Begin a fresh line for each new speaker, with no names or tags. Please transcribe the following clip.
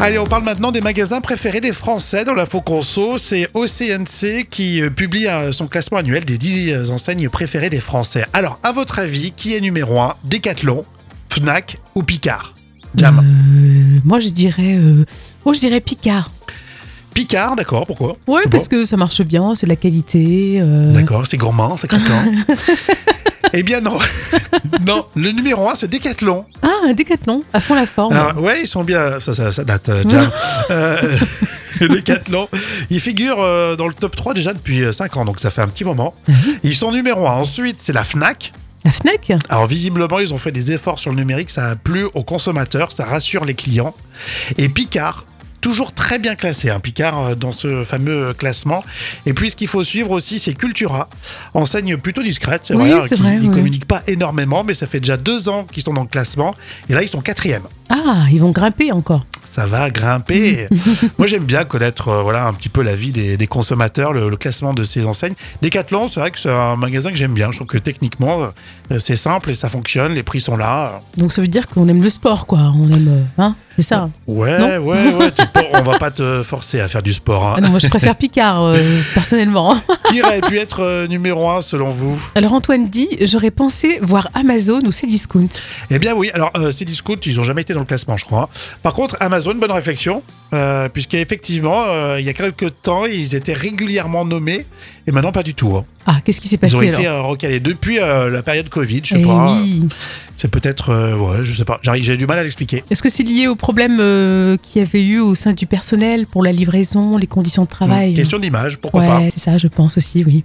Allez, on parle maintenant des magasins préférés des Français dans la Faux Conso. C'est OCNC qui euh, publie euh, son classement annuel des 10 enseignes préférées des Français. Alors, à votre avis, qui est numéro 1 Decathlon, Fnac ou Picard Jam.
Euh, moi, je dirais. euh, moi, je dirais Picard.
Picard, d'accord, pourquoi
Oui,
Ah Bon.
parce que ça marche bien, c'est de la qualité. euh,
D'accord, c'est gourmand, c'est craquant. eh bien non. non, le numéro 1, c'est Decathlon.
Ah, un décathlon, à fond la forme.
Alors, Ah, ouais, ils sont bien. Ça, ça, ça date, euh, Jam. Euh, Decathlon. Ils figurent euh, dans le top 3 déjà depuis 5 ans, donc ça fait un petit moment.
Ah
Ils sont numéro 1. Ensuite, c'est la Fnac.
La Fnac
Alors, visiblement, ils ont fait des efforts sur le numérique. Ça a plu aux consommateurs, ça rassure les clients. Et Picard. Toujours très bien classé, hein, Picard, euh, dans ce fameux classement. Et puis, ce qu'il faut suivre aussi, c'est Cultura, enseigne plutôt discrète.
Oui,
voilà,
c'est
qui-
vrai,
Ils
oui.
communiquent pas énormément, mais ça fait déjà deux ans qu'ils sont dans le classement. Et là, ils sont quatrième.
Ah, ils vont grimper encore.
Ça va grimper. Moi, j'aime bien connaître euh, voilà, un petit peu la vie des, des consommateurs, le, le classement de ces enseignes. Decathlon, c'est vrai que c'est un magasin que j'aime bien. Je trouve que techniquement, euh, c'est simple et ça fonctionne. Les prix sont là.
Donc ça veut dire qu'on aime le sport, quoi. On aime. euh, Hein c'est ça.
Ouais,
Non.
ouais, ouais. t'es pas- on va pas te forcer à faire du sport.
Ah
hein.
non, moi, je préfère Picard, euh, personnellement.
Qui aurait pu être euh, numéro un selon vous
Alors, Antoine dit J'aurais pensé voir Amazon ou Cdiscount.
Eh bien oui, alors euh, Cdiscount, ils ont jamais été dans le classement, je crois. Par contre, Amazon, bonne réflexion, euh, puisqu'effectivement, euh, il y a quelques temps, ils étaient régulièrement nommés, et maintenant pas du tout. hein.
Ah, qu'est-ce qui s'est
Ils ont
passé alors
été euh, recalés depuis euh, la période Covid, je sais
Eh
pas.
oui.
C'est peut-être, euh, ouais, je sais pas. J'arrive- J'ai du mal à l'expliquer.
Est-ce que c'est lié au problème euh, qu'il y avait eu au sein du personnel pour la livraison, les conditions de travail
Hmm. Question d'image, pourquoi pas.
Ouais, c'est ça, je pense aussi, oui.